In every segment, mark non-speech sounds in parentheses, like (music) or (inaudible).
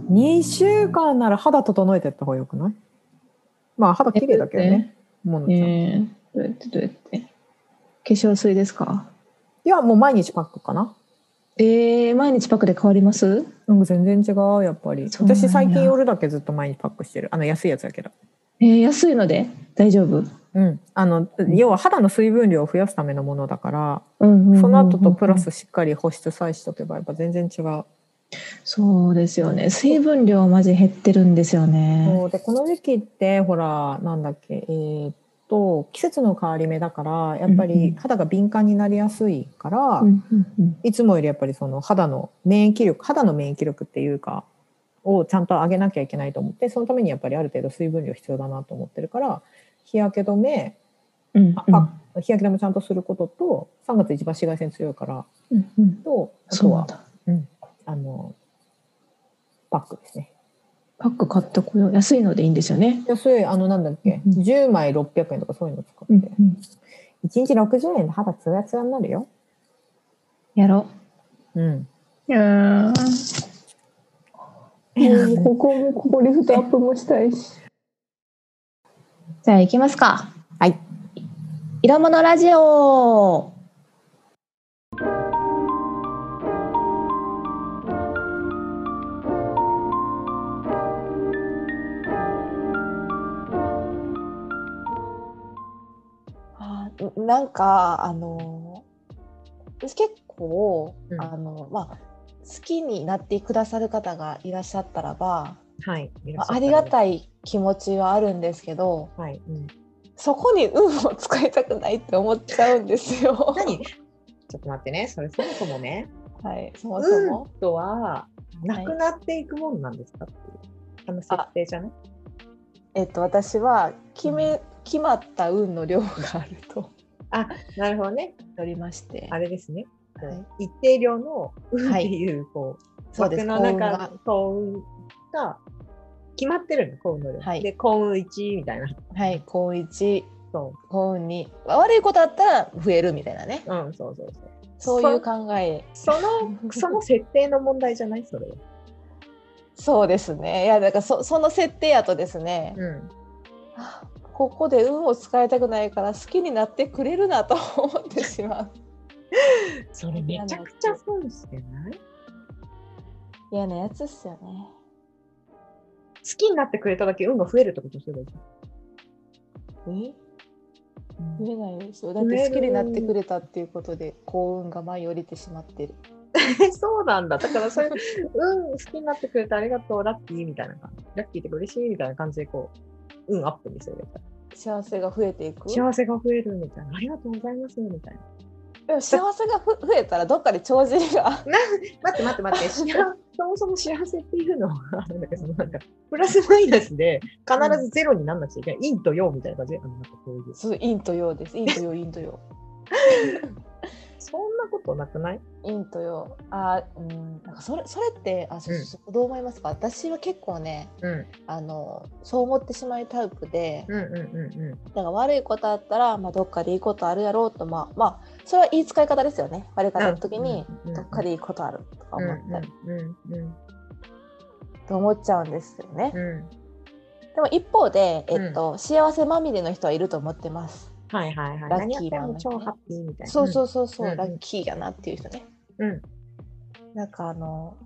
2週間なら肌整えてった方がよくないまあ肌綺麗だけどね、ものえちゃん。いーどうやってどうやって化粧水ですかや、もう毎日パックかな。えー、毎日パックで変わりますなんか全然違う、やっぱり。そうなんだ私最近夜だけずっと毎日パックしてる。あの安いやつだけど。えー、安いので大丈夫うん。あの、要は肌の水分量を増やすためのものだから、うんうんうんうんその後とプラスしっかり保湿さえしとけばやっぱ全然違う。そうですよね水分量はマジ減ってるんですよねそうでこの時期ってほらなんだっけえーっと季節の変わり目だからやっぱうんうりん肌が敏感になりやすいから、うんうんうんいつもよりやっぱりその肌の免疫力肌の免疫力っていうかをちゃんと上げなきゃいけないと思ってそのためにやっぱりある程度水分量必要だなと思ってるから日焼け止めうんうんあパ日焼け止めちゃんとすることと3月一番紫外線強いからうんうんとあそうとなんはだあのパックですね。パック買ってこよう安いのでいいんですよね安いあのなんだっけ、うん10枚600円とかそういうの使って。うんうん1日60円で肌ツヤツヤになるよ。やろうん。ういやここもここリフトアップもしたいしじゃあ行きますかはい色物ラジオあーなんかあのー私結構、うんあのまあ好きになってくださる方がいらっしゃったらば、はい。まあ、ありがい。たい気持ちはあるんですけどはい。うん、ちそこに運を使いたくないって思っちゃうんです (laughs) よ。何ょっと待ってね。それそもそもね。はい、そもそ運も、とは、なくなっていくもんなんですかっていう。あの設定じゃないえっと、私は決め、決まった運の量があるとなるほどね。おりまして、あれですね。こうはい一定量の運っはていいう、こう、そうで枠すの幸運中がの幸運が決まってるの、幸運の量。はいで、幸運1みたいな。はい高1そ幸運に悪いことあったら増えるみたいなねう。うん、そうそうそう。そういう考えその、その設定の問題じゃないそれは。そうですね。いやだからそその設定やとですね、うん。はあここで運を使いたくないから好きになってくれるなと思ってしまう。それめちゃくちゃ損してない好嫌なやつっすよね。きになってくれただけ運が増えるってことすればいいじえゃん見えないですよ。だって好きになってくれたっていうことで幸運が舞い降りてしまってる。 (laughs) そうなんだ。だからそれ、運好きになってくれてありがとう、ラッキーみたいな感じ。ラッキーってか嬉しいみたいな感じでこう、運アップにするみたい幸せが増えていく。な。幸せが増えるみたいな。ありがとうございますみたいな。でも幸せがふ増えたらどっかで帳尻が待って待って (laughs) 待って、幸せそもそも幸せっていうのは、なんだけど、そのなんか、プラスマイナスで必ずゼロになんなくちゃいけない。陰と陽みたいな感じで、あのなんかこういう。そう陰と陽です。陰と陽陰と陽。そんなことなくない陰と陽。あーうん。なんかそれそれってあそうそうそうどう思いますか。私は結構ね。うん。あのそう思ってしまうタイプでうんうんうんうん。だから悪いことあったら、まあ、どっかでいいことあるやろうとまあまあそれはいい使い方ですよね悪いことあった時に、どっかででいいことあるとか思思っったたりり、と思っちゃうんですよね、でも一方で、えっと幸せまみれの人はいると思ってます、はいはいはい。ラッキー何やっなのても超ハッピーみたいな。そうそうそうそう、うんうんラッキーやなっていう人ね、うんなんかあの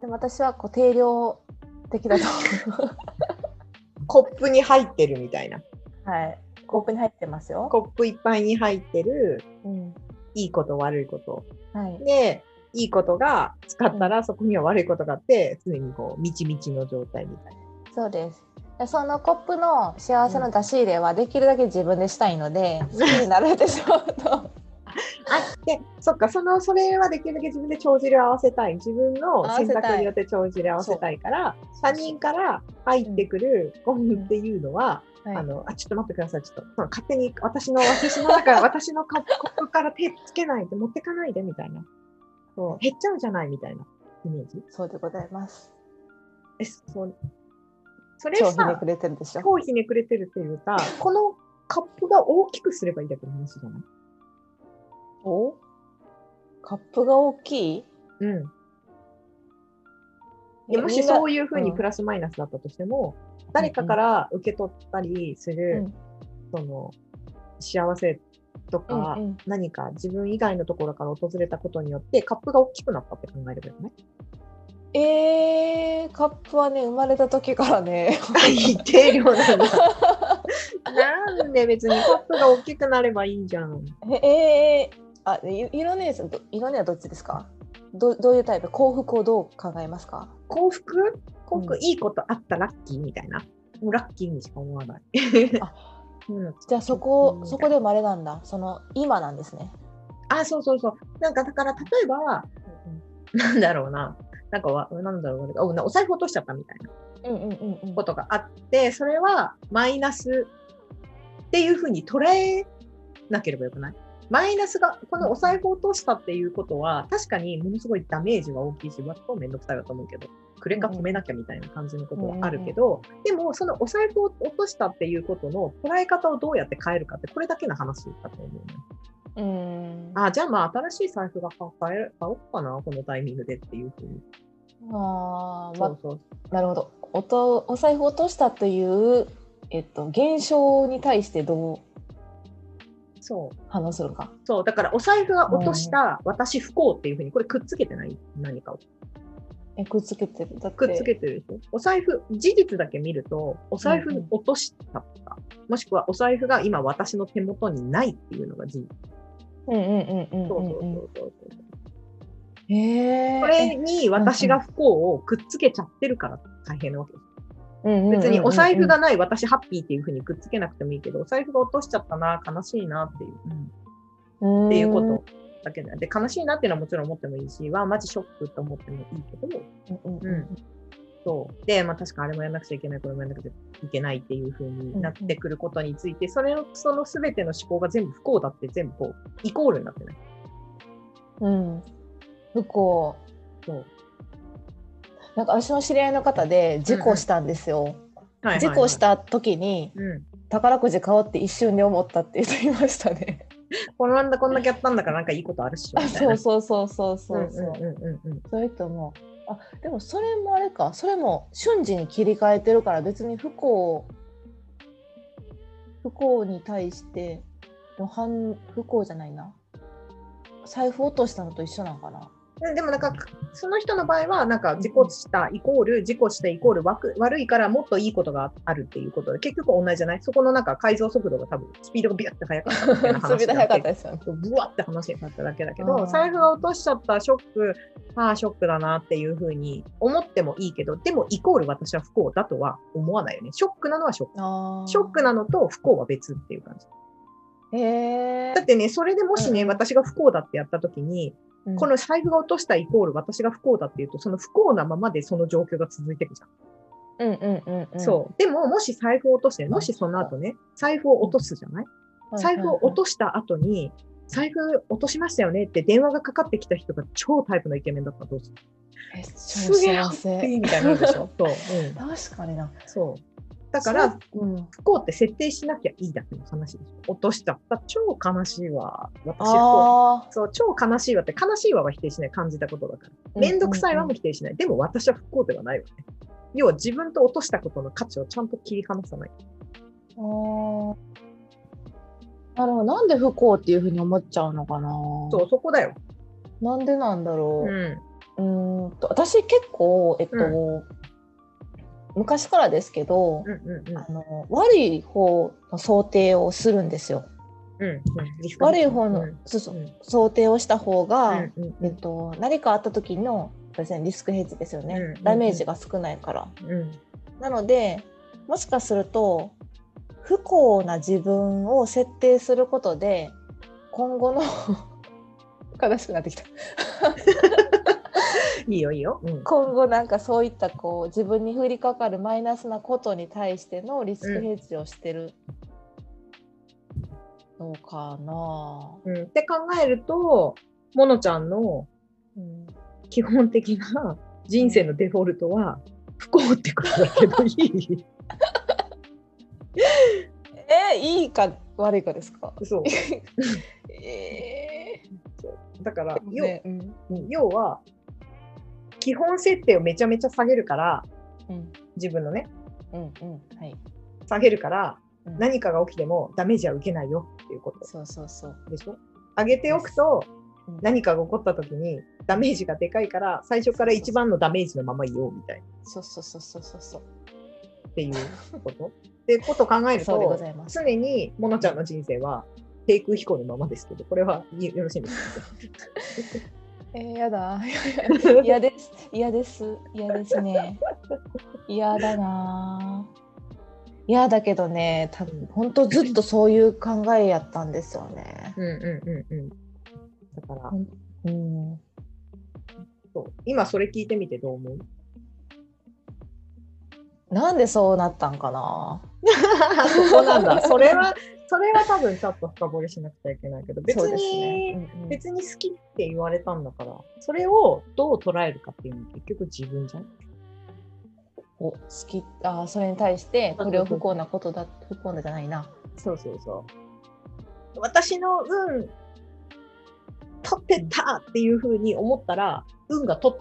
でも私はこう定量的だと思うん。コップに入ってるみたいな。 (laughs) うはいコップに入ってますよ、コップいっぱいに入ってる、うんいいこと悪いこと。はい、で、いいことが使ったら、そこには悪いことがあって、常にこう、みちみちの状態みたいな。そうです。でそのコップの幸せの出し入れはできるだけ自分でしたいので、うん好きになられてしまうとで、そっか、その、それはできるだけ自分で帳尻を合わせたい。自分の選択によって帳尻を合わせたいから、他人から入ってくるゴミっていうのは、はいあのあちょっと待ってください、ちょっとその勝手に私の私の (laughs) 中私のカップコップから手つけないで持ってかないでみたいな、そう減っちゃうじゃないみたいなイメージ。そうでございます。えそうそれ超ひねさく、れてるでしょ。超ひねくれてるっていうか、このカップが大きくすればいいだけの話じゃないおカップが大きいうん。でもしそういうふうにプラスマイナスだったとしても、誰かから受け取ったりする、その幸せとか、何か自分以外のところから訪れたことによってカップが大きくなったって考えればいいね。えー、カップはね生まれた時から (laughs) ね (laughs) 一定量なんだ (laughs) なんで別にカップが大きくなればいいじゃんええー、あ色ね色ねはどっちですかどどういうタイプ幸福をどう考えますか幸福幸福、うん、いいことあったラッキーみたいなもうラッキーにしか思わない (laughs) うん、じゃあそこそこで生まれなんだその今なんですねあそうそうそうなんかだから例えば、うん、なんだろうななんかわ、なんだろう、お財布落としちゃったみたいなことがあって、それはマイナスっていうふうに捉えなければよくないマイナスが、このお財布落としたっていうことは、確かにものすごいダメージは大きいし、わっとめんどくさいだと思うけど、クレカ止めなきゃみたいな感じのことはあるけど、でも、そのお財布を落としたっていうことの捉え方をどうやって変えるかって、これだけの話だと思うね。うんあじゃあまあ新しい財布が買え買おうかなこのタイミングでっていうふうに。ああ、まあ、なるほどおとお財布落としたという、えっと、現象に対してどうそう反応するかそうだからお財布が落とした私不幸っていうふうにこれくっつけてない何かを。えくっつけてるだくっつけてるでしょお財布事実だけ見るとお財布落としたとか、うんうん、もしくはお財布が今私の手元にないっていうのが事実。。うんうんうんうん、そうそうそうそうへえ。これに私が不幸をくっつけちゃってるから大変なわけです。うんうん、別にお財布がない私ハッピーっていうふうにくっつけなくてもいいけど、お財布が落としちゃったな、悲しいなっていう、うん、っていうことだけで、悲しいなっていうのはもちろん思ってもいいし、わ、マジショックと思ってもいいけど、うんうんうんそう。で、まあ確かあれもやんなくちゃいけない、これもやんなくちゃいけないっていう風になってくることについて、うんうん、それの、その全ての思考が全部不幸だって全部こう、イコールになってない。うん。不幸。そう。なんか私の知り合いの方で事故したんですよ。事故した時に、うん、宝くじ買おうって一瞬で思ったって言っていましたね。このんだこんだけやったんだからなんかいいことあるっしょ。 (laughs) そうそうそうそうそう。そういう人もあでもそれもあれかそれも瞬時に切り替えてるから別に不幸不幸に対しての反不幸じゃないな財布落としたのと一緒なん (laughs) かなでもなんかその人の場合はなんか事故したイコール事故したイコール悪いからもっといいことがあるっていうことで結局同じじゃないそこのなんか改造速度が多分スピードがビュッて速かったみたいな話 (laughs) スピード速かったですよねブワッて話になっただけだけど財布が落としちゃったショックああショックだなっていうふうに思ってもいいけどでもイコール私は不幸だとは思わないよねショックなのはショックショックなのと不幸は別っていう感じだってねそれでもしね、うん、私が不幸だってやった時にこの財布が落としたイコール私が不幸だっていうとその不幸なままでその状況が続いてるじゃん。うんうんうん、うん、そうでももし財布を落としてもしその後ね財布を落とすじゃない、財布を落とした後に財布落としましたよねって電話がかかってきた人が超タイプのイケメンだったらどうするすげえハッピーみたいになるでし (laughs) ょそう、うん、 (laughs) 確かになそうだから、うん、不幸って設定しなきゃいいだけの話でしょ。落としちゃった。超悲しいわ。私不幸。そう、超悲しいわって、悲しいわは否定しない。感じたことだから。めんどくさいわも否定しない。でも私は不幸ではないわね。要は自分と落としたことの価値をちゃんと切り離さない。あなるほど。なんで不幸っていうふうに思っちゃうのかな。そう、そこだよ。なんでなんだろう。うん。うんと私結構、えっと、うん昔からですけど、あの悪い方の想定をするんですよ。うんうん、悪い方の、うん、想定をした方が、えっと、何かあった時のリスクヘッジですよね、ダメージが少ないから。なのでもしかすると不幸な自分を設定することで今後の (laughs) 悲しくなってきたいいよいいよ、うん、今後なんかそういったこう自分に降りかかるマイナスなことに対してのリスクヘッジをしてるのかな、うん、って考えるとものちゃんの基本的な人生のデフォルトは不幸ってことだけどいいえいいか悪いかですか (laughs) そうえー、だから、ね、要,うん、要は基本設定をめちゃめちゃ下げるから、うん自分のね、うんうんはい、下げるから、うん何かが起きてもダメージは受けないよっていうことそうそうそうでしょ上げておくとうん、何かが起こった時にダメージがでかいから、最初から一番のダメージのままいようみたいなそうそうそうそうそうそうっていうこと。ってことを考えるそうでごとざ、います。常にモノちゃんの人生は低空飛行のままですけど、これはよよろしいんです (laughs) かえー、やだ。嫌です。嫌です。嫌ですね。嫌だなぁ。嫌だけどね、多分本当ずっとそういう考えやったんですよね。うんうんうんうん。だから、うん。そう今それ聞いてみてどう思うなんでそうなったんかな。そこなんだ。 (laughs) それは、それは多分ちょっと深掘りしなくちゃいけないけど、別そうですに、ね。うんうん別に好きって言われたんだから、それをどう捉えるかっていうのは結局自分じゃん。お好きあーそれに対してこれを不幸なことだ不幸なじゃな (laughs) いな。そうそうそう。私の運、取ってたっていうふうに思ったら、運がと好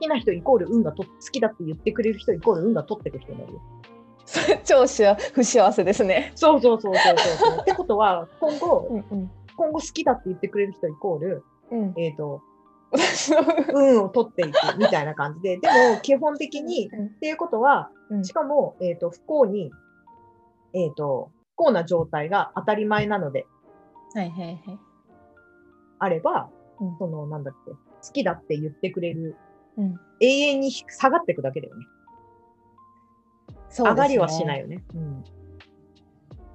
きな人イコール運がと好きだって言ってくれる人イコール運が取ってく人になるよ。それ超しわ不幸せですね。そうそうそうそうそうそう。ってことは、今後う、んうん今後好きだって言ってくれる人イコール、 (laughs) うん。えっ、と、私の運を取っていくみたいな感じで、でも基本的に、っていうことは、うんしかも、えっ、と、不幸に、えっ、と、不幸な状態が当たり前なのではいはいはい。あれば、うんその、なんだっけ、好きだって言ってくれる、うん。永遠にひ下がっていくだけだよね。そうですね上がりはしない。よね。うん。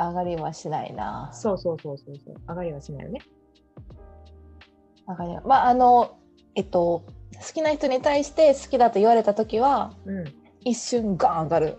上がりはしないな。そうそうそうそうそう。上がりはしないよね。上がりはまああのえっと好きな人に対して好きだと言われた時はうん。一瞬ガン上がる。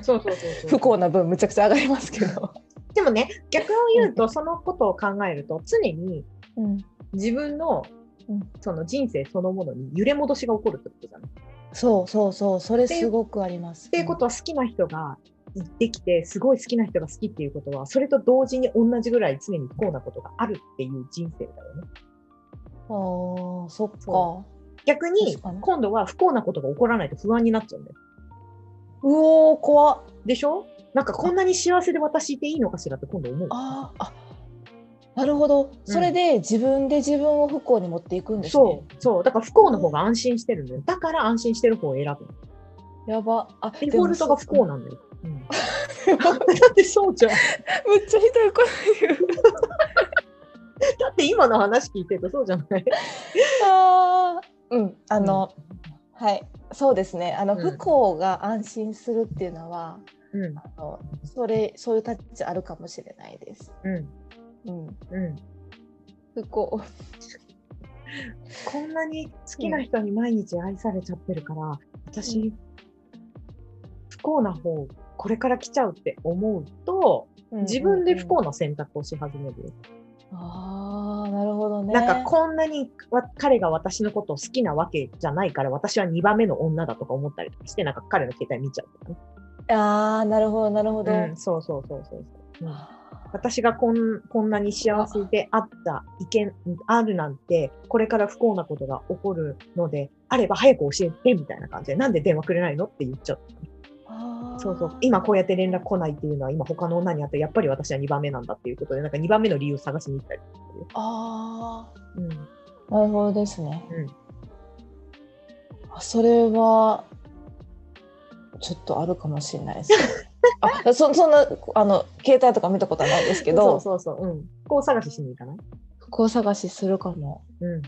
そうそうそうそう。不幸な分むちゃくちゃ上がりますけど。でもね、逆を言うと、そのことを考えると、常にうん。自分のうんその人生そのものに揺れ戻しが起こるってことじゃない。っそうそうそうそれすごくあります。ていうことは、好きな人が行ってきて、すごい好きな人が好きっていうことは、それと同時に同じぐらい常に不幸なことがあるっていう人生だよね。うん。ああそっかそ。逆に確かに、今度は不幸なことが起こらないと不安になっちゃうんだよ。うおー怖っでしょなんかこんなに幸せで私いていいのかしらって今度思う。あーあなるほどそれで自分で自分を不幸に持っていくんですねそ、う、そう。だから不幸の方が安心してるんだよ。だから安心してる方を選ぶ。やばあデフォルトが不幸ななんだよ。 (laughs) うん、だってそうじゃん。むっちゃひどいこと言うだって今の話聞いてるとそうじゃない。あーうんあの、はいそうですねあの、うん不幸が安心するっていうのはうんあのそれそういうタッチあるかもしれないです、うんうん、うん。不幸こんなに好きな人に毎日愛されちゃってるから、私、不幸な方これから来ちゃうって思うと、自分で不うん幸な選択をし始めるよ。ああなるほどねなんかこんなにわ彼が私のことを好きなわけじゃないから私は2番目の女だとか思ったりとかしてなんか彼の携帯見ちゃうとかね、ああなるほどなるほど、うん、そうそうそうそうそう、うん私がこんこんなに幸せであった意見あるなんてこれから不幸なことが起こるのであれば早く教えてみたいな感じでなんで電話くれないのって言っちゃうあーそうそう今こうやって連絡来ないっていうのは今他の女にあってやっぱり私は2番目なんだっていうことでなんか2番目の理由を探しに行ったり、ああうんなるほどですね。うんあそれはちょっとあるかもしれないです、ね。 (laughs) あそそんなあの携帯とか見たことはないですけどそうそうそう、うん、こう探ししに行かないここ探しするかも。うん